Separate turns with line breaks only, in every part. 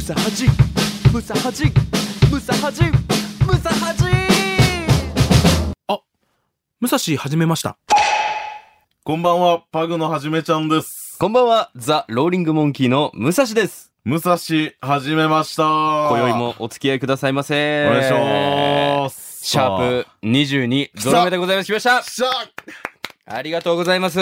サハジムサハジムサハジムサハジ
武蔵始めました。
こんばんは、パグのはじめちゃんです。
こんばんは、ザ・ローリング・モンキーの武蔵です。
武蔵、はじめました。
今
今
宵。もお付き合いくださいま
お
せ。
願いします。
シャープ22、ゾロ目でございます。来ました
さあ。
ありがとうございます。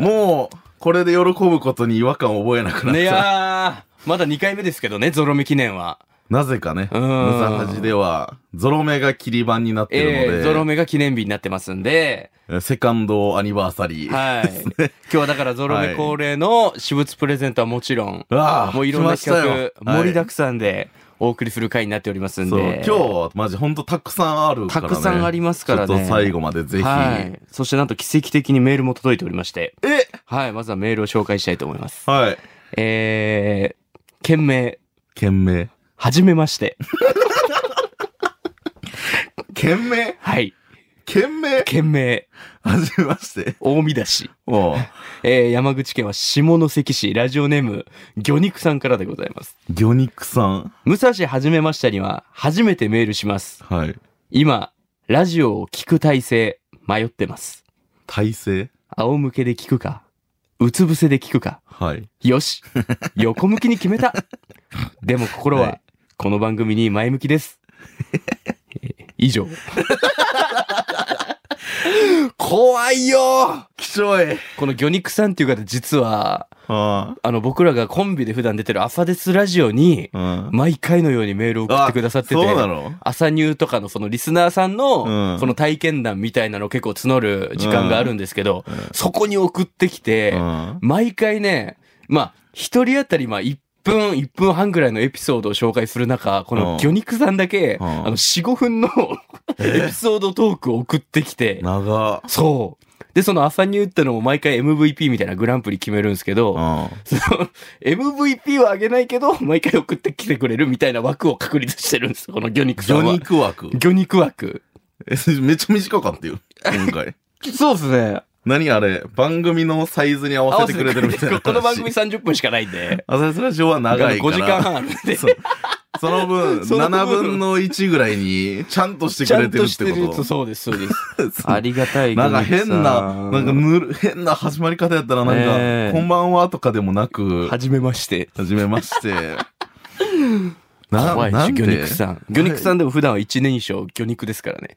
もう、これで喜ぶことに違和感を覚えなくなっ
い
ちゃう。
やー、まだ2回目ですけどね、ゾロ目記念は。
なぜかね、
う
ム
ん
サハジでは、ゾロ目が切り版になってるの
え
で、
ー、ゾロ目が記念日になってますんで、
えセカンドアニバーサリー。
はい。今日はだからゾロ目恒例の私物プレゼントはもちろん、
ああ
もういろんな
来ま
企
した
画
よ
盛りだくさんでお送りする回になっておりますん
そう、
で
今。日はマジほんとたくさんあるからね。
たくさんありますからね
ちょっと最後までぜひ。
はい。そしてなんと奇跡的にメールも届いておりまして。
え
はい。まずはメールを紹介したいと思います。
はい。
えー、件名、
件名。
はじめまして。
件名
はい。
件 名
件名、
はじめまして。
大見出し。
も
えー、山口県は下関市、ラジオネーム、魚肉さんからでございます。
う、魚肉さん。
武蔵はじめましたには、初めてメールします。
はい。
今、ラジオを聞く体制、迷ってます。
体勢
仰向けで聞くか、うつ伏せで聞くか、
はい。
よし横向きに決めたでも心
は、
はいこの番組に前向き です。えー以上。怖いよ
貴重い。
この魚肉さんっていう方実は、
あ
あの僕らがコンビで普段出てる朝ですラジオに、
あ。うん。
毎回のようにメールを送ってくださってて、
そうなの
朝ニューとかのそのリスナーさん
う
の、
ん
その体験談みたいなのを結構募る時間があるんですけど、そこに送ってきて、
うん。
毎回ね、まあ、一人当たり、まあ、1分、1分半ぐらいのエピソードを紹介する中、こ
うん
の魚肉さんだけ、
うん
あの、4、5分のエピソードトークを送ってきて、
長。
そう。で、その朝ニューってのも毎回 MVP みたいなグランプリ決めるんですけど、
うん。
その MVP はあげないけど、毎回送ってきてくれるみたいな枠を確立してるんですこの魚肉さん
魚
は。
肉枠。
魚肉枠。
え、めっちゃ短かったよ。今回。
そうですね。
何あれ番組のサイズに合わせてくれてるみたいな話。
この番組30分しかないんで。
朝日スラジオは長いから。
5時間半あるんで。
そうその分、
その分
7分の1ぐらいに、ちゃんとしてくれてるって
ちゃ
こ
んとしてる
と。
そうです、そ うです。ありがたい
なんか変な、なんか
か、
ぬる、変な始まり方やったらなんか、
ねえ
こんばんはとかでもなく、は
はじめまして。
じめま して。
怖いでしょ魚肉さん。魚肉さ
ん。
んでも普段は一年以上魚肉ですからね。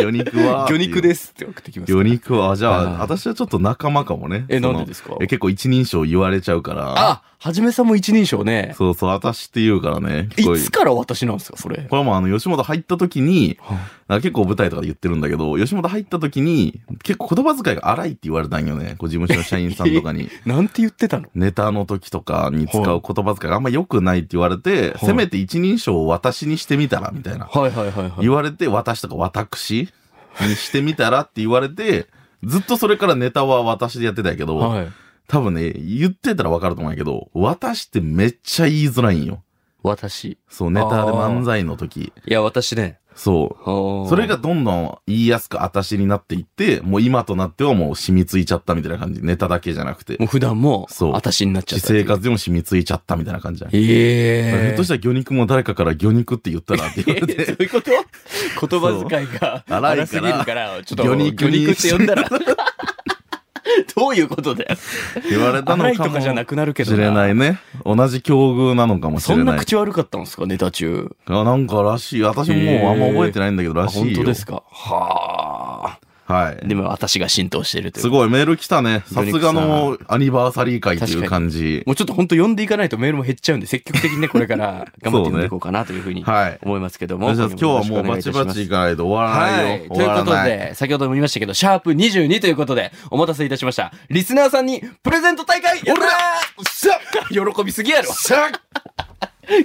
魚肉は。
魚肉ですって送ってきます。
魚肉は、じゃ
あー
あ、私はちょっと仲間かもね。
え、
そ
な
の
んでですか
え結構一人称言われちゃうから。
あ、はじめさんも一人称ね。
そうそう、私って言うからね。
い
すごい
つから私なんですか、それ。
これもあの、吉本入った時に、
は
あ結構舞台とかで言ってるんだけど、吉本入った時に、結構言葉遣いが荒いって言われたんよね。こう事務所の社員さんとか に。
なんて言ってたの
ネタの時とかに使う言葉遣いがあんま良くないって言われて、せめて一人称を私にしてみたら、みたいな。
はいはいはいはい。
言われて、私とか私にしてみたらって言われて、ずっとそれからネタは私でやってたんやけど、
はい。
多分ね、言ってたらわかると思うんやけど、私ってめっちゃ言いづらいんよ。
私。い
そう、ネタで漫才の時。
や、私ね。
そう。そ
そ
れが、どんどん言いやすく私になっていって、もう今となってはもう染みついちゃったみたいな感じ。ネタだけじゃなくて
もう、普段も、
そう
私になっちゃっ
私
たって
生
いう。
活でも染みついちゃったみたいな感じじゃん。
ええ。
ひょっとしたら魚肉も誰かから魚肉って言ったらって言われ
え
て
ど。ういうこと言葉遣いが
そう荒いから
荒すぎるから、ちょっと魚
魚
肉
肉に
って呼んだら。 どういうことだよ。
言われたの
荒い
か
とかじゃな
も
くなるけど
しれないね。同じ境遇なのかもし
そ
れ
ん
な。
ない口悪かったんですか、ネタ中。
あなんからしい。私ももうあんま覚えてないんだけど、
あ
らしい
本
よ。
当ですか。はあ。
はい。
でも私が浸透してるという。
す
い。
ごい、メール来たね。さすが
魚
のアニバーサリー会っていう感じ。
もうちょっと本当読んでいかないとメールも減っちゃうんで、積極的にね、これ から頑張って読んでいこうかなというふうに
はい。
思いますけども。
今日はもうバチバチいかないと終わら
は
ない
い。
よ。
とい
終わ
うこ
ら
と
ない。
で、先ほども言いましたけど、シャープ22ということで、お待たせいたしました。リスナーさんにプレゼント大会やったー喜びすぎやろ。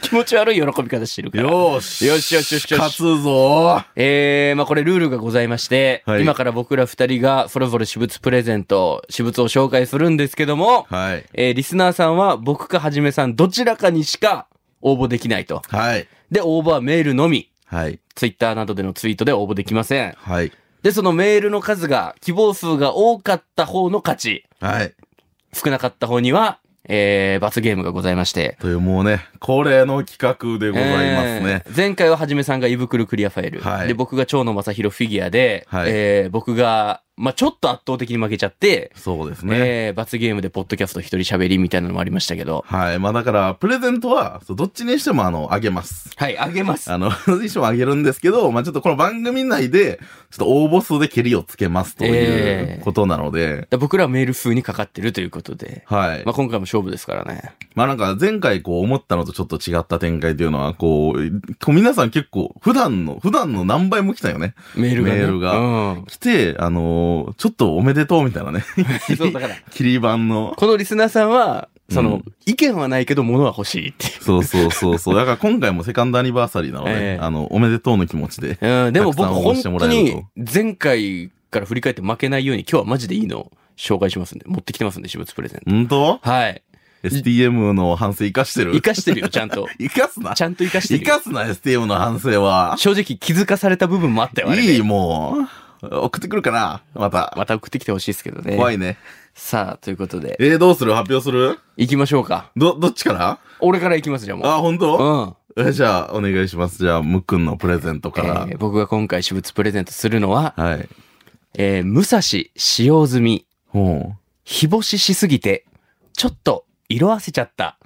気持ち悪い喜び方してるから。
よーし。
よしよしよしよし
勝つぞー。
えー、まあこれルールがございまして、
はい
今から僕ら二人がそれぞれ私物プレゼント、私物を紹介するんですけども、
はい。
えー、リスナーさんは僕かはじめさんどちらかにしか応募できないと。
はい。
で、応募はメールのみ。
はい。
ツイッターなどでのツイートで応募できません。
はい。
で、そのメールの数が、希望数が多かった方の勝ち。
はい。
少なかった方にはえー、罰ゲームがございまして、
というもうね、恒例の企画でございますね。
えー前回ははじめさんが胃袋クリアファイル。
はい
で、僕が蝶野正宏フィギュアで、
はい
えー僕が、まあちょっと圧倒的に負けちゃって、
そうですね。
えー罰ゲームでポッドキャスト一人喋りみたいなのもありましたけど、
はい。まあだから、プレゼントは、そうどっちにしてもあの、あげます。
はい、あげます。
あの、 いつもあげるんですけど、まあ、ちょっとこの番組内で、ちょっと応募数で蹴りをつけますとい
え
う
え
ことなので、
だ僕らはメール風にかかってるということで、
はい
まあ。今回も勝負ですからね。
まあ、なんか前回こう思ったのとちょっと違った展開というのは、こう、こう皆さん結構普段の、普段の何倍も来たよね。
メールが、ね。
メールが
うん。
来て、あのーちょっとおめでとうみたいなね。
そうだから、
切り版の。
このリスナーさんは、その、
うん
意見はないけど物は欲しいっていう。
そうそうそうそう。だから今回もセカンドアニバーサリーなので、
ええ
あの、おめでとうの気持ちで。
うん、でも
たくさん
僕
応募
本
しても
当
らえると
に前回から振り返って負けないように今日はマジでいいのを紹介しますんで、持ってきてますんで、私物プレゼント。
本当
はい。
?STM の反省生かしてる
生。かしてるよ、ちゃん と。
生かすな
ち。ゃんと生かして
生
るよ。
かすな、STM の反省は。
正直気づかされた部分もあったよ、あれで
いい、もう。送ってくるかなまた。
また送ってきてほしいですけどね。
怖いね。
さあ、ということで、
えー、どうする発表する
行きましょうか。
ど、どっちから
俺から行きます、じゃあも
あ、本当？
う。うん。
えじゃあ、お願いします。じゃあ、むっくんのプレゼント
え
から。
ー僕が今回私物プレゼントするのは、
はい。
えー武蔵使用済み
ほ
日干ししすぎて、ちょっと色あせちゃった。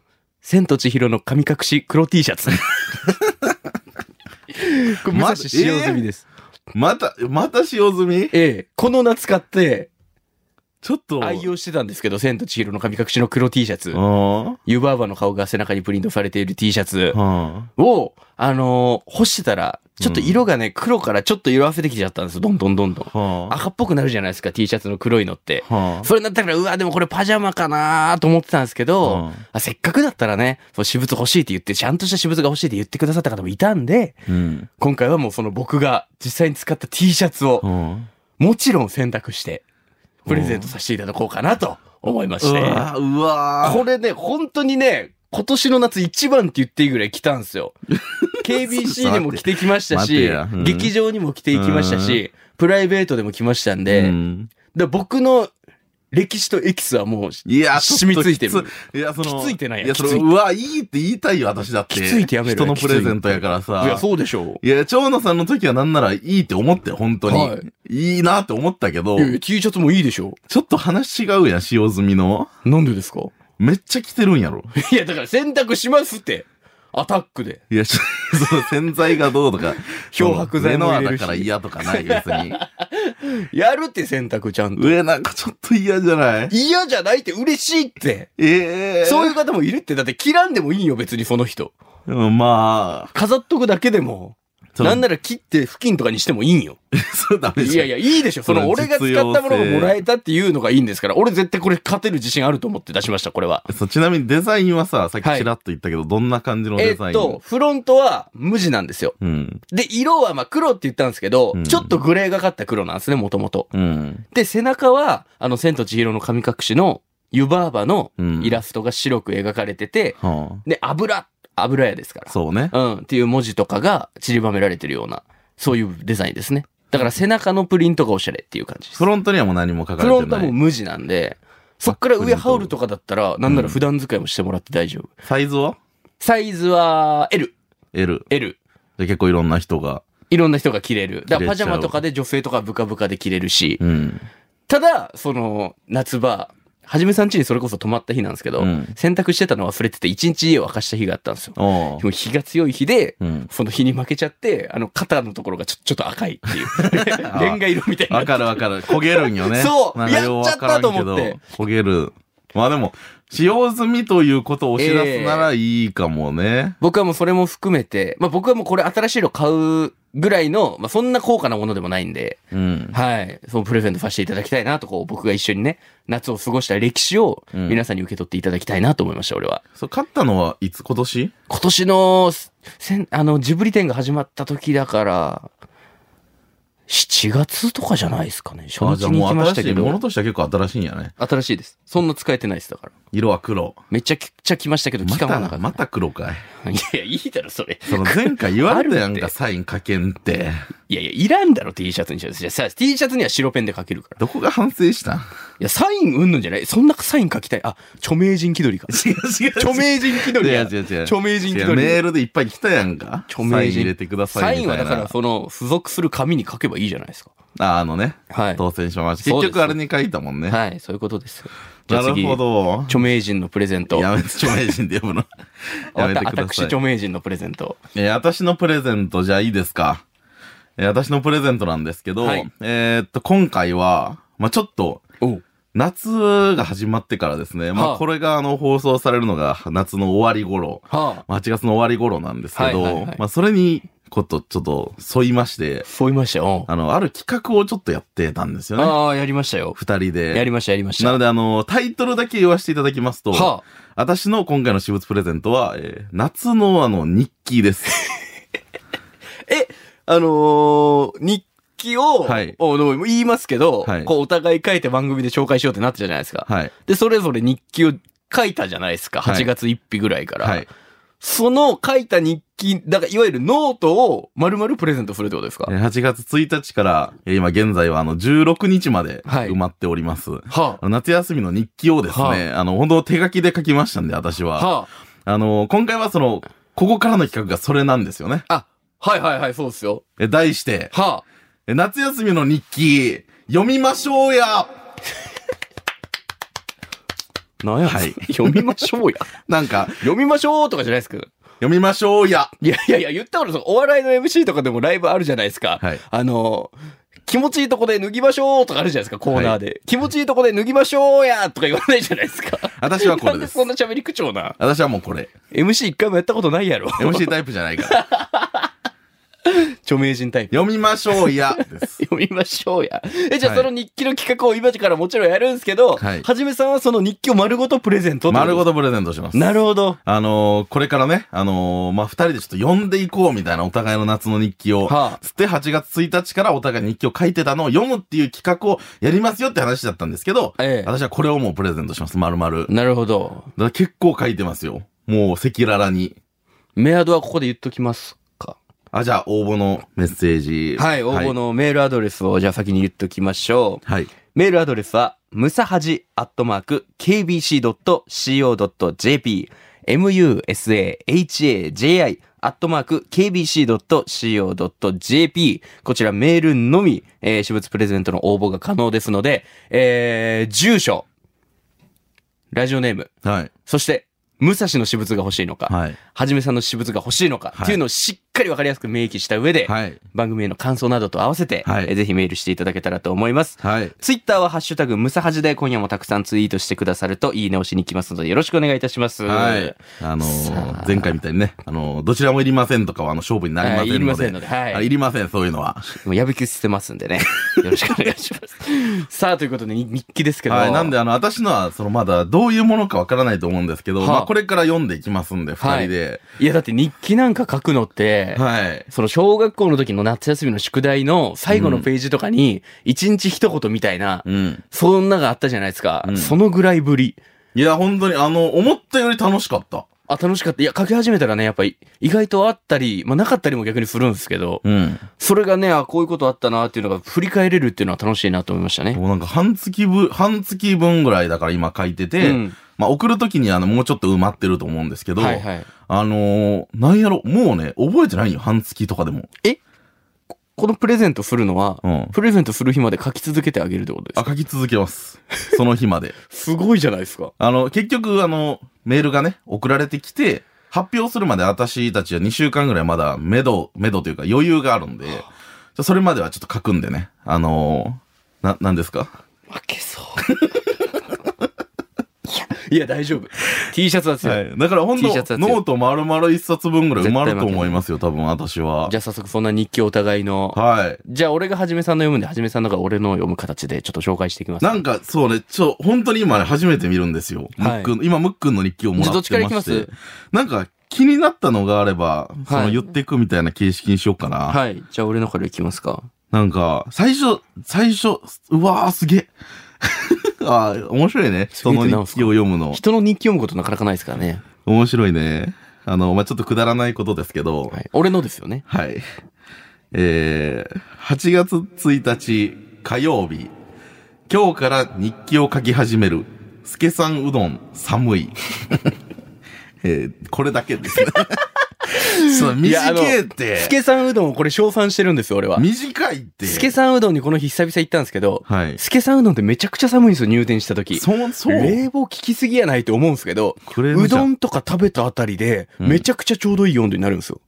千と千尋の神隠し黒 T シャ ツ。これ武蔵使用済みです。
う。また、また使用済み
ええこの夏買って
ちょっと。
愛用してたんですけど、千と千尋の神隠しの黒 T シャツ
う。ん。うん。
湯婆婆の顔が背中にプリントされている T シャツを、あのー干してたら、ちょっと色がね、黒からちょっと色あせてきちゃったんですよ。どんどんどんどん。
はあ。
赤っぽくなるじゃないですか、T シャツの黒いのって。
は
それになったから、うわ、でもこれパジャマかなーと思ってたんですけ
あ。
ど、
うん
あせっかくだったらね、そう私物欲しいって言って、ちゃんとした私物が欲しいって言ってくださった方もいたんで、
うん。
今回はもうその僕が実際に使った T シャツを、
うん。
もちろん選択して、プレゼントさせていただこうかなと思いまし
う
て。
わーうわー
これね、本当にね、今年の夏一番って言っていいぐらい来た んですよ。KBC にも来てきました
待て
し
や、うん
劇場にも来ていきましたし、プライベートでも来ましたんで、
うん
で僕の歴史とエキスはもう、
いや、ちょっと
染みついてる
きついや、その。
きついてないや
いや、その、
きついう
わ、いいって言いたいよ、私だって。
きついってやめろ
人の
よ
プレゼントやからさ。
いや、そうでしょう。
いや、蝶野さんの時はなんならいいって思って、本当に。、
はい
いなって思ったけど
い、やいや T シャツもいいでしょ
ちょっと話違うやん、使用済みの。
う。なんでですか
めっちゃ着てるんや ろ。
いや、だから選択しますって。アタックで。
いや、しその洗剤がどうとか、
漂白剤も入れるし
上野はだから嫌とかない、別に。
やるって選択ちゃんと。
上なんかちょっと嫌じゃない
嫌じゃないって嬉しいって。
ええ
そういう方もいるって。だって切らんでもいいよ、別にその人。
うんまあ、
飾っとくだけでも。
その
なんなら切って布巾とかにしてもいいんよ。
そうダメ
い
じゃ
や
ん。
いや、いいでしょ。
そ
その
の
俺が使ったものがもらえたっていうのがいいんですから、俺絶対これ勝てる自信あると思って出しました、これは。
そうちなみにデザインはさ、さっき
はい
ちらっと言ったけど、どんな感じの
え
デザ
っ
イン、
と、フロントは無地なんですよ。
うん。
で、色はまあ黒って言ったんですけど
う、ん
ちょっとグレーがかった黒なんですね、もともと。
うん。
で、背中は、あの、千と千尋の神隠しの湯婆婆の
うん。
イラストが白く描かれてて、
は
で、油、油絵ですか
あ、そうね。
ら。うん、っていう文字とかが散りばめられてるような、そういうデザインですね。だから背中のプリントがおしゃれっていう感じです。
フロントにはもう何も書かれて
フ
ない。
ロントはもう無地なんで、そっから上羽織るとかだったら、なんなら普段使いもしてもらって大丈夫。
サイズは
サイズは L、
L。
L。
で結構いろんな人が。
いろんな人が着れる。だからパジャマ
着れちゃう
とかで女性とかブカブカで着れるし、
うん。
ただ、その、夏場、はじめさん家にそれこそ泊まった日なんですけど、
うん
洗濯してたの忘れてて、一日家を沸かした日があったんですよ。
お
で
う
も日が強い日で、
うん。
その日に負けちゃって、あの、肩のところがちょちょっと赤いっていう。 レンガ色みたいにな
わ
って。
かるわかる。焦げるんよね。
そう
なんかよわからんけど
やっちゃったと思
焦げる。まあでも、使用済みということを押し出すならいいかもね。
僕はもうそれも含めて、まあ僕はもうこれ新しい色買うぐらいの、まあそんな高価なものでもないんで、
うん。
はい、そのプレゼントさせていただきたいなと、こう僕が一緒にね、夏を過ごした歴史を
うん
皆さんに受け取っていただきたいなと思いました、俺は。
そう、買ったのはいつ今年
今年のせ、せんあの、ジブリ展が始まった時だから、7月とかじゃないですかね。初
あ
日に行きました
新し
け
い。もの
ど。
としては結構新しいんやね。
新しいです。そんな使えてないです、だから。
色は黒。
めっちゃくちゃ来ましたけど、期
ま
間はなか
た、
っ
また黒かい。
た。いやいや、いいだろ、それ。
その前回言われたやん
あるっ
か、
て
サイン書けんって。
いやいや、いらんだろ、T シャツにしゃ。じゃあさ、T シャツには白ペンで書けるから。
どこが反省したん
いや、サインうんぬんじゃないそんなサイン書きたい。あ、著名人気取りか。
違う違う。
著名人気取り
違
や。
う違う違う。
著名人気
違う
取
メー
り。
ルでいっぱい来たやんか。
著名人
サイン入れてくださ
サ
い
イ
み
ン
た
はいだ
な。
から、その、付属する紙に書けばいいじゃないですか。
ああのね、
はい。
当選しました。
そう
結
です
局あれに書いたもんね。
はい、そういうことです。じゃ
な
あ次
るほ。ど。
著名人のプレゼント。
やめて、著名人で 呼ぶの。やめてくだ
私
さい。
著名人のプレゼント。
えー私のプレゼント、じゃあいいですか。えー私のプレゼントなんですけど、
はい
えーっと、今回は、まあちょっと、
お
夏が始まってからですね、ま
はあ
あこれがあの放送されるのが夏の終わり頃、
はあ。
まあ8月の終わり頃なんですけど、
はいはいはい
まあそれに、こと、ちょっと沿いまして、
そう言いましたよ。
あの、ある企画をちょっとやってたんですよね。
ああ、やりましたよ。
二人で。
やりました、やりまし
な
た。
ので、あの、タイトルだけ言わせていただきますと、
は
私の今回の私物プレゼントは、えー夏のあの、日記 です。
あ。え、あのー、日記を、
はい
おでも言いますけど、
はい
こう、お互い書いて番組で紹介しようってなったじゃないですか。
はい。
で、それぞれ日記を書いたじゃないですか。
はい
8月1日ぐらいから。
はい。
その書いた日記、だから、いわゆるノートを丸々プレゼントするってことですか
えー8月1日から、えー今現在はあの、16日まで
はい
埋まっております。
は
あの夏休みの日記をですね、
は
あの、本当手書きで書きましたんで、私
あ。
は。
は
あの、今回はその、ここからの企画がそれなんですよね。
あ。あ、はいはいはい、そうですよ。
えー題して、
はあ。
えー夏休みの日記、読みましょうや
なんや、
はい
読みましょうや。
なんか、
読みましょうとかじゃないですけど。
読みましょうや
いやいやいや、言ったことお笑いの MC とかでもライブあるじゃないですか。
はい
あの、気持ちいいとこで脱ぎましょうとかあるじゃないですか、コーナーで。気持ちいいとこで脱ぎましょうやとか言わないじゃないですか。
私はこ
な
れ
ん
で
ですそん。な喋り口調な。
私はもうこれ。
MC 一回もやったことないやろ。
MC タイプじゃないから。
著名人タイプ。
読みましょう やです。
読みましょうや。え、じゃあ
はい
その日記の企画を今からもちろんやるんですけど、
はい
はじめさんはその日記を丸ごとプレゼントってこと
丸ごとプレゼントします。
なるほど。
あのーこれからね、あのーまあ、二人でちょっと読んでいこうみたいなお互いの夏の日記を、
はあ
つって8月1日からお互い日記を書いてたのを読むっていう企画をやりますよって話だったんですけど、
ええ
私はこれをもうプレゼントします、丸々。だか
なるほど。
ら結構書いてますよ。もう赤裸々に。
メアドはここで言っときますか。
あ、じゃあ応募のメッセージ。
はい、応募。のメールアドレスをじゃあ先に言っときましょう。
はい。
メールアドレスは、ムサハジアットマーク、kbc.co.jp、musahaji アットマーク、kbc.co.jp、こちらメールのみ、えー私物プレゼントの応募が可能ですので、えー、住所、ラジオネーム、
はい。
そして、武蔵の私物が欲しいのか、は
はい。
じめさんの私物が欲しいのか、
はい
っていうのをしっかりわかりやすく明記した上で、
はい。
番組への感想などと合わせて、
はい
えーぜひメールしていただけたらと思います。
はい。
ツイッターはハッシュタグムサハジで今夜もたくさんツイートしてくださるといいねをしに来ますのでよろしくお願いいたします。
はい。あのー
さあ
前回みたいにね、あのーどちらもいりませんとかは、あの、勝負になりませんので。
はいいりませんのではい
あいりません、そういうのは。
もうやぶき捨てますんで ね。よろしくお願いします。 さあ、ということでに日記ですけど。
はい。なんで、あの、私のは、その、まだ、どういうものかわからないと思うんですけど、
はあ
まあ、これから読んでいきますんで、
は
二
い
人で。
いや、だって日記なんか書くのって、
はい。
その小学校の時の夏休みの宿題の最後のページとかに、一日一言みたいな、
うん。
そんながあったじゃないですか。
うん
そのぐらいぶり。
いや、本当に、あの、思ったより楽しかった。
あ、楽しかった。いや、書き始めたらね、やっぱり意外とあったり、まあなかったりも逆にするんですけど、
うん。
それがね、あ、こういうことあったなっていうのが振り返れるっていうのは楽しいなと思いましたね。
もうなんか、半月分、半月分ぐらいだから今書いてて、
うん
まあ、送るときに、あの、もうちょっと埋まってると思うんですけど、
はいはい。
あのーなんやろ、もうね、覚えてないよ、半月とかでも。
このプレゼントするのは、
うん。
プレゼントする日まで書き続けてあげるってことで
あ、書き続けます。その日まで。
すかすごいじゃないですか。
あの、結局、あの、メールがね、送られてきて、発表するまで私たちは2週間ぐらいまだ、めど、めどというか余裕があるんで、じゃあそれまではちょっと書くんでね。あのー、な、なんですか
負けそう。いや、いや大丈夫。T シャツは強い。
はい。だから本
T シャツ
当
は強い
ノート丸々1冊分ぐらい埋まる
絶
と
対負けない
思いますよ、多分私は
じ。ゃあ早速そんな日記お互いの。
はい。
じゃあ俺がはじめさんの読むんで、はじめさんのが俺の読む形でちょっと紹介していきます。
なんか、そうね、ちょ、本当に今ね、初めて見るんですよ。
はい
ムックン今、ムックンの日記をもらってまして。
じゃあどっちから行き
なんか、気になったのがあれば、そ
は
の
い
言っていくみたいな形式にしようかな。
はい。じゃあ俺のからいきますか。
なんか、最初、最初、うわーすげえ。 あー面白いね。
すげ
人
え
の
ってなん
日
すか
記を読むの。
人の日記読むことなかなかないですからね。
面白いね。あの、まあ、ちょっとくだらないことですけど、
はい。俺のですよね。
はい。えー、8月1日火曜日、今日から日記を書き始める、すけさんうどん寒い。 えーこれだけですね。 そう、
いやあ
短
の
いって。
すけさんうどんをこれ称賛してるんですよ、俺は。
短いって。
すけさんうどんにこの日久々行ったんですけど、
はい。
すけさんうどんってめちゃくちゃ寒いんですよ、入店した時。
そう、そう。
冷房効きすぎやないと思うんですけど、
クレーム
う
じゃ
ど
ん
んとか食べたあたりで、
うん
めちゃくちゃちょうどいい温度になるんですよ。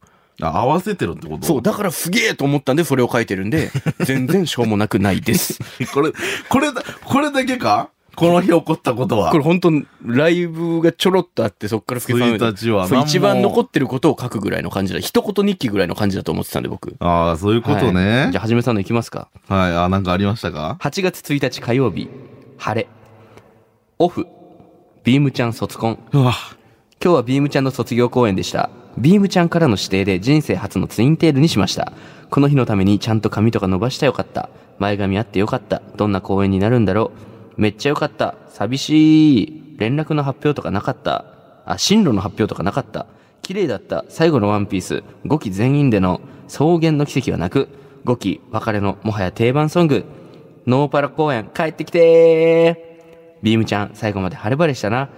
あ合わせてるってこと
そう、だからすげえと思ったんで、それを書いてるん で、全然しょうもなくないです。
これ、これだ、これだけかこの日起こったことは。
これ本当ライブがちょろっとあって、そっからすけさんうどん
1日は
そう
何も
一番残ってることを書くぐらいの感じだ。一言日記ぐらいの感じだと思ってたんで、僕。
ああ、そういうこと
はい
ね
じゃ。あ、はじめさんのいきますか。
はい。あ、なんかありましたか
8月1日火曜日、晴れ。オフ。ビームちゃん卒コン。
うわ。
今日はビームちゃんの卒業公演でした。ビームちゃんからの指定で人生初のツインテールにしました。この日のためにちゃんと髪とか伸ばしたよかった。前髪あってよかった。どんな公演になるんだろう。めっちゃよかった。寂しい。連絡の発表とかなかった。あ、進路の発表とかなかった。綺麗だった。最後のワンピース。5期全員での草原の奇跡はなく。5期別れのもはや定番ソング。ノーパラ公演帰ってきてー。ビームちゃん、最後まで晴れ晴れしたな。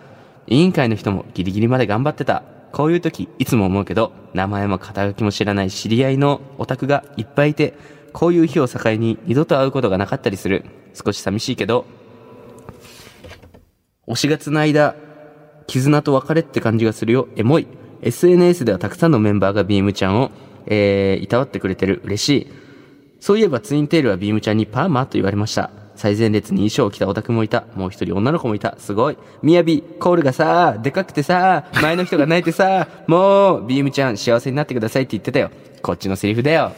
委員会の人もギリギリまで頑張ってた。こういう時、いつも思うけど、名前も肩書きも知らない知り合いのオタクがいっぱいいて、こういう日を境に二度と会うことがなかったりする。少し寂しいけど、推しがつないだ絆と別れって感じがするよ。エモい。SNS ではたくさんのメンバーがビームちゃんを、えー、いたわってくれてる。嬉しい。そういえばツインテールはビームちゃんにパーマと言われました。最前列に衣装を着たオタクもいた。もう一人女の子もいた。すごい。みやび、コールがさ、でかくてさ、前の人が泣いてさ、 もう、ビームちゃん幸せになってくださいって言ってたよ。こっちのセリフだよ。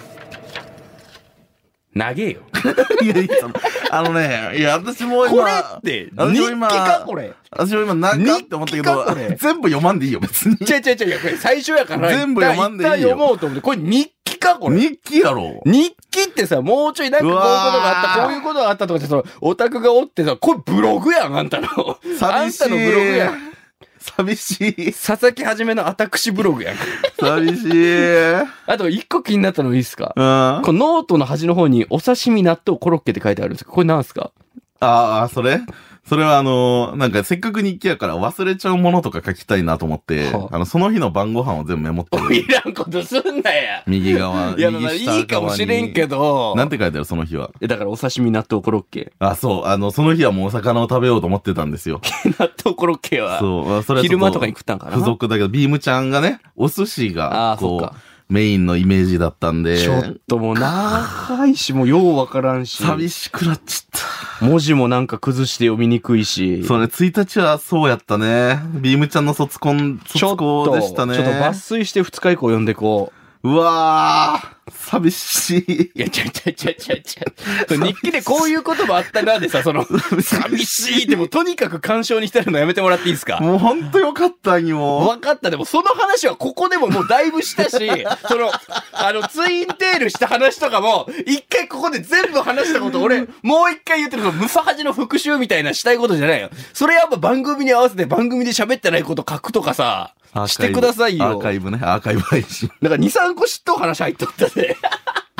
投げよ。
いや、いやそのあのね、いや、私も今、
これって
私も今
日記かこれ
私も今、なんかって思ったけど
日記かこれ、
全部読まんでいいよ、別に。
違う違う違ういや、これ最初やから。
全部読まんでいいよ
一旦読もうと思って。これ日記かこれ。
日記やろ。
日記ってさ、もうちょいなんかこういうことがあっ
う
た、
わー
こういうことがあったとかって、その、オタクがおってさ、これブログやん、あんたの。あん
寂したい。
のブログやん。
寂しい。
佐々木はじめのアタクシブログやん。
寂しい。うん。
あと、一個気になったのいいっすか
あ
このノートの端の方に、お刺身納豆コロッケって書いてあるんですけど、これなんすか
あ、それそれはあのーなんかせっかく日記やから忘れちゃうものとか書きたいなと思って、
は
あの、その日の晩ご飯を全部メモって る。
いらんことすんなや。
右側、
いや、
右下側
い
に
いかもしれんけど。
なんて書いてある、その日は。
えだから、お刺身納豆コロッ ケ。
あ、そう、あの、その日はもうお魚を食べようと思ってたん ですよ。
納豆コロッケは、
そう、あそれはちょっ
昼間とかに食ったんかな。
付属だけど、ビームちゃんがね、お寿司
あ
が
ー、
こ
そっか
う、メインのイメージだったんで、
ちょっともう長いし、もうようわからんし。
寂しくなっちゃっ。。
文字もなんか崩して読みにくいした
それ、1日はそうやったね。ビームちゃんの卒コン、
ちょ
卒
っと、
コでしたね。
ちょっと抜粋して2日以降読んでこう。
うわー、寂しい。
いや、ちゃちゃちゃちゃちゃ。そう日記でこういう言葉あったなでさ、そ の、寂しいってもうとにかく感傷に浸るのやめてもらっていいですか
もうほんとよかったにも。
分かった。でも、その話はここでももうだいぶした し、その、あの、ツインテールした話とかも、一回ここで全部話したこと、俺、もう一回言ってるの、ムサハジの復讐みたいなしたいことじゃないよ。それやっぱ番組に合わせて番組で喋ってないこと書くとかさ、 してください
アー
よ。
カイブね、アーカイブ配信。
なんか2、3個知っとう話入っとったで。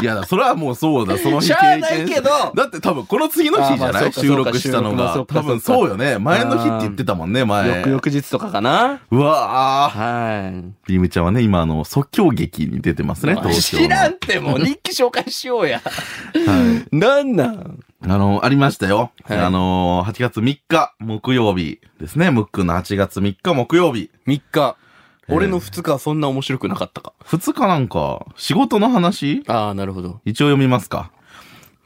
いや、それはもうそうだ、その
し
日経
ゃあ
験
ないけど
だって多分この次の日じゃ
あま
な
あ
い
そうか
収録したの
そ
が
う。か
多分
そうか
そうよね。前の日って言ってたもんね、前。
翌々日とかかな
うわー。
はい。
リムちゃんはね、今あの、即興劇に出てますね、東京の。
知らんって もう日記紹介しようや。
はい。
なんなん
あの、ありましたよ。
はい
あの、8月3日、木曜日ですね。ムックの8月3日、木曜日。
?3 日。俺の2日はそんな面白くなかったか。
2日なんか、仕事の話
ああ、なるほど。
一応読みますか。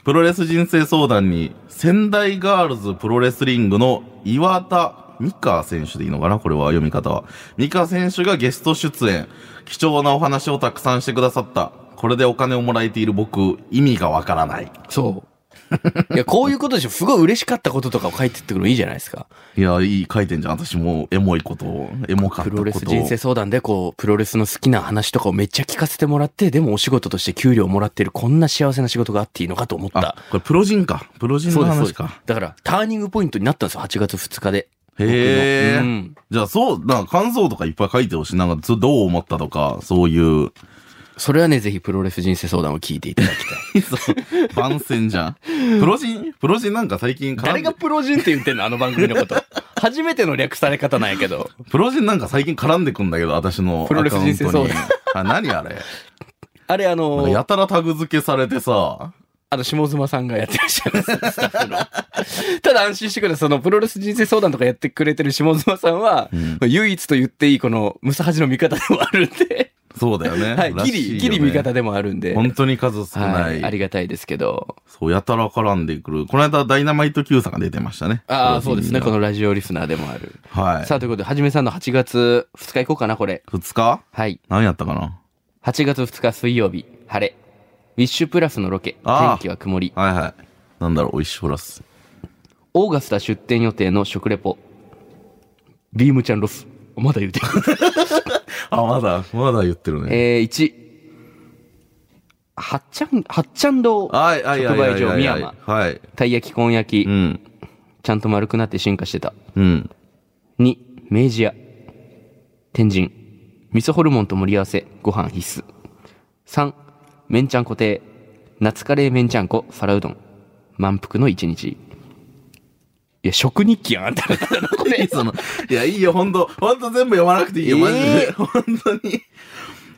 プロレス人生相談に、仙台ガールズプロレスリングの岩田美香選手でいいのかなこれは読み方は。美香選手がゲスト出演。貴重なお話をたくさんしてくださった。これでお金をもらえている僕、意味がわからない。
そう。いや、こういうことでしょ。すごい嬉しかったこととかを書いてってくのいいじゃないですか。
いや、いい書いてんじゃん。私もエモいことを、エモかっ
プ
たこ
ロ
と
レス人生相談で、こう、プロレスの好きな話とかをめっちゃ聞かせてもらって、でもお仕事として給料もらってる、こんな幸せな仕事があっていいのかと思っ
あ
た。、
これプロ人か。プロ人
そう
の
ですそうで
話
す。
か。
だから、ターニングポイントになったんですよ。8月2日で。
へえ、
僕のうん
じゃあそう、なんか感想とかいっぱい書いてほしい。なんかずどう思ったとか、そういう。
それはね、ぜひプロレス人生相談を聞いていただきたい。
そう番宣じゃん。プロ人プロ人なんか最近絡んで
誰がプロ人って言ってんのあの番組 のこと。初めての略され方なんやけど。
プロ人なんか最近絡んでくんだけど、私のア
プ
カ
ロ
ウン
レス
ト
人
に
生相。
あ、何あれ
あれ、あ
なんか
の、
やたらタグ付けされてさ、
あの、下妻さんがやってらっしゃるんですよスタッフの。 ただ安心してください。その、プロレス人生相談とかやってくれてる下妻さんは、
うん
唯一と言っていい、この、ムサハジの味方でもあるん で、
そうだよね。
はい、
らし
ギ
いよ
リ、
ね
ギリ味方でもあるんで、
本当に数少な。
はいい、ありがたいですけど。
そう、やたら絡んでくる。この間、ダイナマイト Q さんが出てましたね。
ああ、
プ
そう
ロ
で
人に
すね。
は
このラジオリスナーでもある。
はい。
さあ、ということで、はじめさんの8月2日行こうかな、これ。
2日
はい。
何やったかな
8月2日水曜日、晴れ。ウィッシュプラスのロケ、
あー
天気は曇り。
はいはい。なんだろう、一緒ラス。
オーガスタ出店予定の食レポ。ビームちゃんロス。まだ言うてる。
あ、まだ、まだ言ってるね。
えー、1。はっちゃん、はっちゃん堂。
はい、はい、は
直
い。はい
売所、
はい
美
はい
山。
はい。
たい焼き、こん焼き、
うん。
ちゃんと丸くなって進化してた。
うん。
2、明治屋。天神。味噌ホルモンと盛り合わせ、ご飯必須。3、めんちゃん固定。夏カレーめんちゃんこ、皿うどん。満腹の一日。いや、食日記やん、あんたら。これ
その、いや、いいよ、ほんと、ほんと全部読まなくていいよ、マジ
え
で。 ほんとに。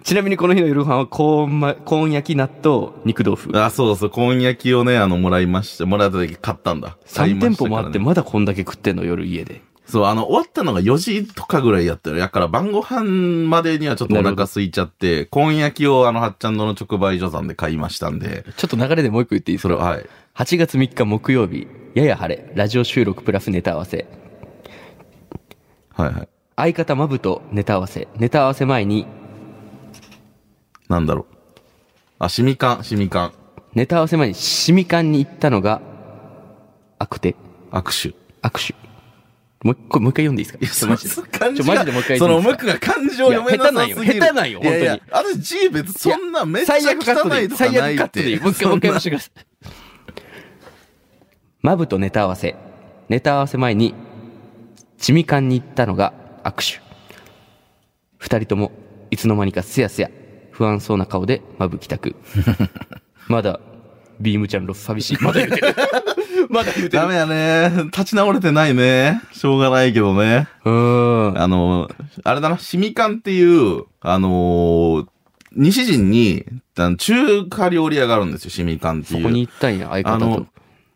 ち
ちなみにこの日の夜ご飯は、コーンま、コーン焼き納豆、肉豆腐。
あ、そうそう、婚焼きをね、あの、もらいまして、もらった時買ったんだ。買い
3
ま
店
した
舗
からね
もあって、まだこんだけ食ってんの、夜家で。
そう、あの、終わったのが4時とかぐらいやったよ。だから晩ご飯までにはちょっとお腹空いちゃって、婚焼きをあの、はっちゃんの直売所さんで買いましたんで、
ちょっと流れでもう一個言っていいで
そ
すか
れ、はい。
8月3日木曜日、やや晴れ、ラジオ収録プラスネタ合わせ。
はいはい。
相方マブとネタ合わせ。ネタ合わせ前に、
なんだろう。あ、シミカン、シミカン。
ネタ合わせ前にシミカンに行ったのが、悪手、
握手。
握手。もう一個、もう一回読んでいいですかちょマジで。
その感じ
ちょ
が
マジでもう一回
そ
言
の
っていい
ム
ですか
クが漢字を読めなさすぎる。
いや下手なんよ下手な
いや
んよ
いや
本
私 G 別そんなめっちゃ汚
最悪カットでい
い
い。
とか
最
な
悪
い
カ
っ
ット
て。
でいい。もう一回、もう一回押してください。マブとネタ合わせ。ネタ合わせ前に、チミカンに行ったのが握手。二人とも、いつの間にかすやすや、不安そうな顔でマブ 帰宅。まだ、ビームちゃんロス寂しい。まだ言 うてる。まだ言うてる
ダ。メやね。立ち直れてないね。しょうがないけどね。
うーん。
あの、あれだな、シミカンっていう、あのー西陣に、あの中華料理屋があるんですよ、シミカンって
そ
いう。
こに行ったんや、相
あ
方
の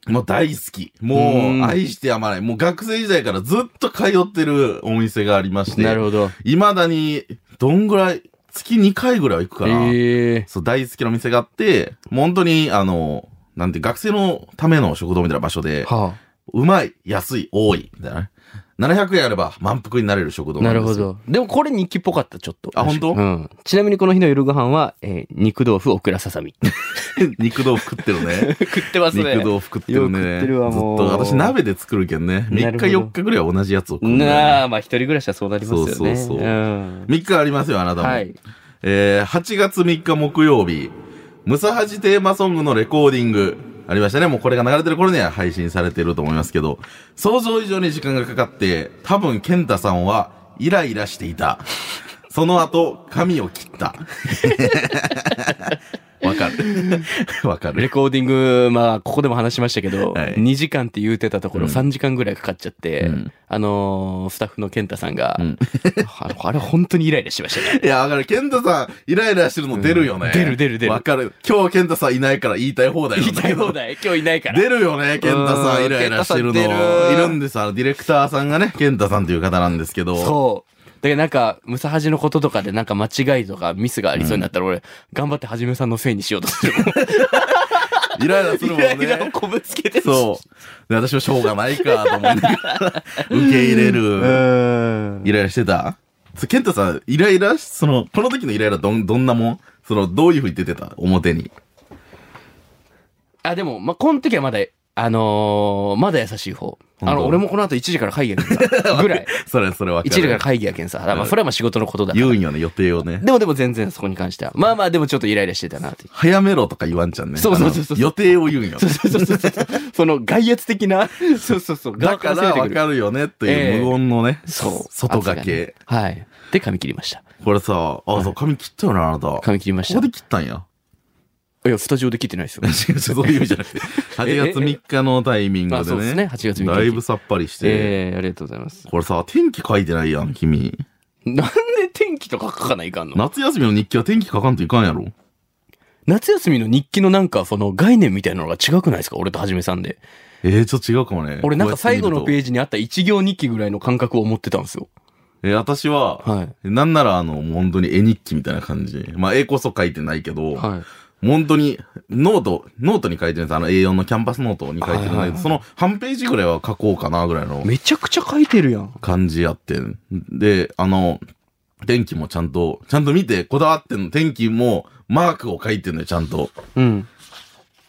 と。、
もう大好き。
う
も
ん
う愛してやまない。もう学生時代からずっと通ってるお店がありまして。
なるほど。
未だに、どんぐらい、月2回ぐらいは行くかな。
ええ
そう、大好きなお店があって、もう本当に、あの、なんて、学生のための食堂みたいな場所で、
は
うまい、安い、多い、みたいなね。700円あれば満腹になれる食
あ、
堂
なんる
ですよ
ほど。でもこれ日記っぽかった、ちょっと。
あ本当
うん。ちなみにこの日の夜ご飯は、えー肉豆腐、オクラささみ。
肉豆腐食ってるね。
食ってま
肉豆腐食ってるね。
よく食ってるわもう
ずっと私鍋で作るけんね。
な
3
るほ
日
ど
4日ぐらいは同じやつを食うんだよね
なあ、まあ一人暮らしはそうなりますよね。
そうそうそうん3日ありますよ、あなたも。
はい。
えー、8月3日木曜日、ムサハジテーマソングのレコーディング、ありましたね。もうこれが流れてる頃には配信されてると思いますけど、想像以上に時間がかかって、多分ケンタさんはイライラしていた。その後、髪を切った。 わかる。 わか
レ
る。
コーディング、まあ、ここでも話しましたけど、
はい
2時間って言うてたところ
うん
3時間ぐらいかかっちゃって、
うん
あのースタッフの健太さんが、
うん
あのあれ本当にイライラしましたね。
いや、わかる。ケンタさん、イライラしてるの出るよね。
うん出る出る出る
わかる。今日ケンタさんいないから言いたい放題
言
ないんだ
た
け
い
ど
放題。今日いないから。
出るよね、ケンタさ。
うんん
イライラしてるの。
ケンタさん
い
出る
るんです、あの、ディレクターさんがね、ケンタさんという方なんですけど。
そう。だけどなんか、ムサハジのこととかでなんか間違いとかミスがありそうになったら俺、頑張ってはじめさんのせいにしよう とするもん。
イライラするもん
イライラを
ね。
こぶつけて
そう。で、私もしょうがないか、と思いながら、受け入れる。イライラしてたそうケンタさん、イライラし、その、この時のイライラどん、どんなもんその、どういう風に出てた表に。
あ、でも、まあ、この時はまだ
あのーまだ優しい方。あ
本
の、
当
俺もこの後1時から会議やけん さ。ぐらい。
それ、それ分
1
かる。
時から会議やけんさ。だからまあ、それはまあ仕事のことだから
言うんよね、予定をね。
でもでも全然そこに関しては。まあまあでもちょっとイライラしてたなっていう。
早めろとか言わんちゃんね。
そうそうそうそう
あの予定を言うんよね。
そうそうそうそう。 その外圧的な、そうそうそう。
だから
側
分
攻めてくる
かるよねって
え
い
え
う無言のね、
そう。
外掛
圧ね
け。。
はい。で、髪切りました。
これさ、あ、そう、髪切ったよね、あなた。こ
髪切りました
こ。で切ったんや。。
いや、スタジオで切ってないですよ
違う違う、そういう意味じゃなくて。8月3日のタイミング
あそうです
で
ね
ね。
8月3日
だいぶさっぱりし て。
ええありがとうございます。
これさ、天気書いてないやん、君。
なんで天気とか書かないかんの
夏休みの日記は天気書かんといかんやろ。
夏休みの日記のなんかその概念みたいなのが違くないですか俺とはじめさんで。
えー、ちょっと違うかもね。
俺なんか最後のペ
ージ。
ージにあった一行日記ぐらいの感覚を持ってたんですよ。
えー、私は、
はい。
なんならあの、本当に絵日記みたいな感じ。まあ、絵こそ書いてないけど、
はい。
本当に、ノート、ノートに書いてるやつ、あの A4 のキャンパスノートに書いてるんだけど、
はいはいはい
その半ページぐらいは書こうかなぐらいの
めちゃくちゃ書いてるやん。
感じやってん。で、あの、天気もちゃんと、ちゃんと見て、こだわってんの。天気も、マークを書いてんのよ、ちゃんと。
うん。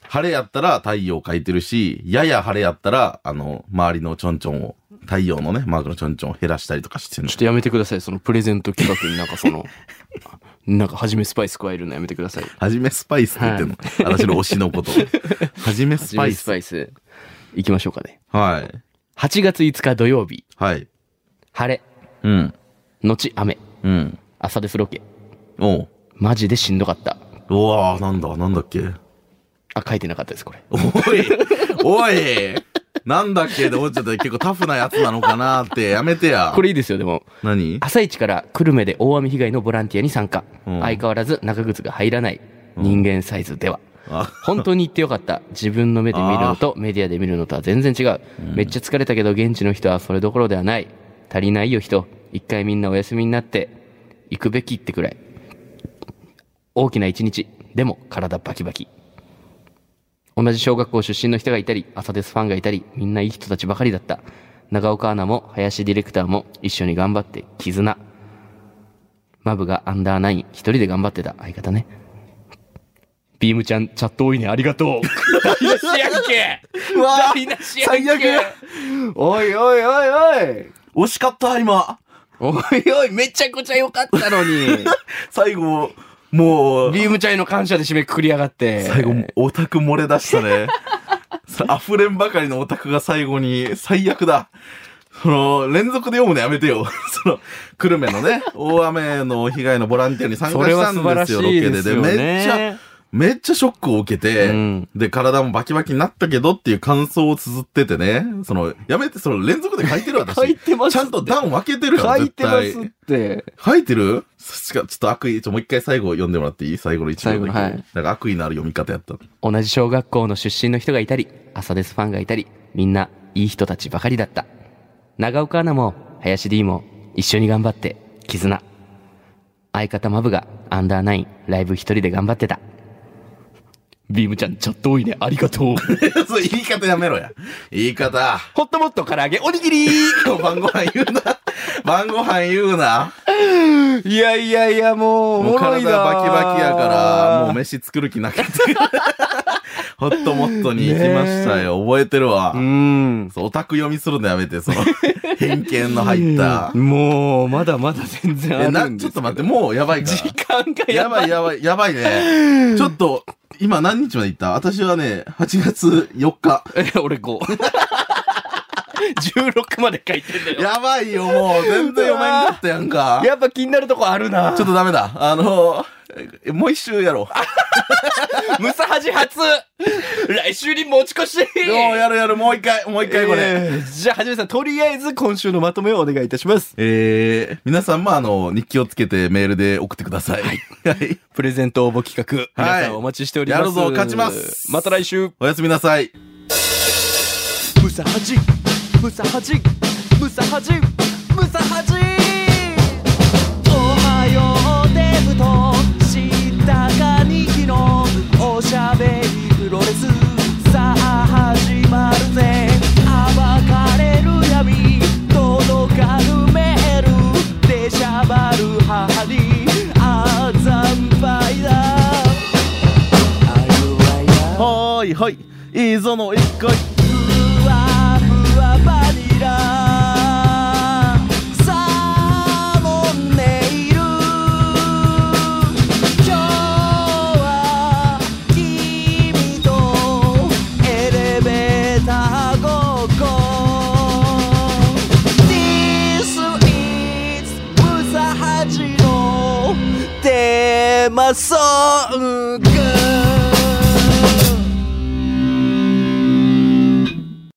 晴れやったら太陽を書いてるし、やや晴れやったら、あの、周りのちょんちょんを、太陽のね、マークのちょんちょんを減らしたりとかしてんの
ちょっ。とやめてください。そのプレゼント企画になんかその、 なんかはじめスパイス加えるのやめてください。
はじめスパイスって言ってんの。私の推しのこと。はじめスパイ
ス
ス。
パイス。行きましょうかね。
はい。
8月5日土曜日、
はい。
晴れ、
うん。
後雨、
うん。
朝ですロケ。
おう。
マジでしんどかった。
うわーなんだ、なんだっけ。
あ、書いてなかったです、これ。
おい、おい、なんだっけって思っちゃった結構タフなやつなのかなって、やめてや。
これいいですよ、でも。
何
朝一から久留米で大雨被害のボランティアに参加。
うん
相変わらず長靴が入らない。人間サイズでは。
あ
本当に行ってよかった。自分の目で見るのとメディアで見るのとは全然違う。めっちゃ疲れたけど現地の人はそれどころではない。足りないよ人。一回みんなお休みになって、行くべきってくらい。大きな一日。でも体バキバキ。同じ小学校出身の人がいたり、朝ですファンがいたり、みんないい人たちばかりだった。長岡アナも林ディレクターも一緒に頑張って絆。マブがアンダーナイン一人で頑張ってた相方ね。ビームちゃん、チャット多いね、ありが とう。台無しやんけ台無しやんけ
最
おいおいおいおい
惜しかった、今。
おいおい、めちゃくちゃ良かったのに。
最後、もう、
ビームちゃんへの感謝で締めくくりやがって。
最後、オタク漏れ出し たね。それ溢れんばかりのオタクが最後に、最悪だ。その、連続で読むのやめてよ。 その、久留米のね、大雨の被害のボランティアに参加
それ
した
は素
ん
晴ら
で
しい
すよ、ロケ
で
ですで。
よね。
めっちゃ、めっちゃショックを受けて、
うん
で、体もバキバキになったけどっていう感想を綴っててね、その、やめて、その連続で書いてる 私。
書いてます
ちゃんと段分けてるから、
書いてます
絶
っ
対
て。
書いてるしかちょっと悪意、ちょ、もう一回最後読んでもらっていい最後の一行
最
だけ。
後のはい
なんか悪意のある読み方やった。
同じ小学校の出身の人がいたり、朝ですファンがいたり、みんないい人たちばかりだった。長岡アナも、林 D も、一緒に頑張って、絆。相方マブが、アンダーナイン、ライブ一人で頑張ってた。ビームちゃん、ちょっと多いね。ありがと う。
そう、言い方やめろや。言い方。
ホットモット唐揚げ、おにぎり
晩ご飯言うな。 晩ご飯言うな。
いやいやいや、もう、お
も
も
う
ろ
体
いな
バキバキやから、もう飯作る気 なかった。ホットモットに行きましたよ。覚えてるわ。
うん。
そう、オタク読みするのやめて、その、偏見の入った。
も う、まだまだ全然
え、
ある
な、
んで
ち
す
ょっと待って、もうやばいから。
時間がや
や
ば
ば
い
い。やばい、やばい ね。ちょっと、今何日まで行った私はね、8月4日。
え、俺5。16まで書いてんだよ。
やばいよ、もう。全然読めんかったやんか。
やっぱ気になるとこあるな
ちょっとダメだ。あのえもう一周やろう。
ムサハジ初来週に持ち越し
ようやるやる、もう一回、もう一回これ。えー
えーじゃあはじめさんとりあえず今週のまとめをお願いいたします
皆さんもあの、日記をつけてメールで送ってください。はい。
プレゼント応募企画
はい
皆さんお待ちしております、
やるぞ勝ちます
また来週
おやすみなさい。
ムサハジムサハジムサハジムサハジおはようデブとしたかにきのおしゃべりプロレスさあ始まるぜ暴かれる闇届かぬメールでしゃばる母にあざんぱいだ
はーいはい。いいぞの一回。
はそう、うん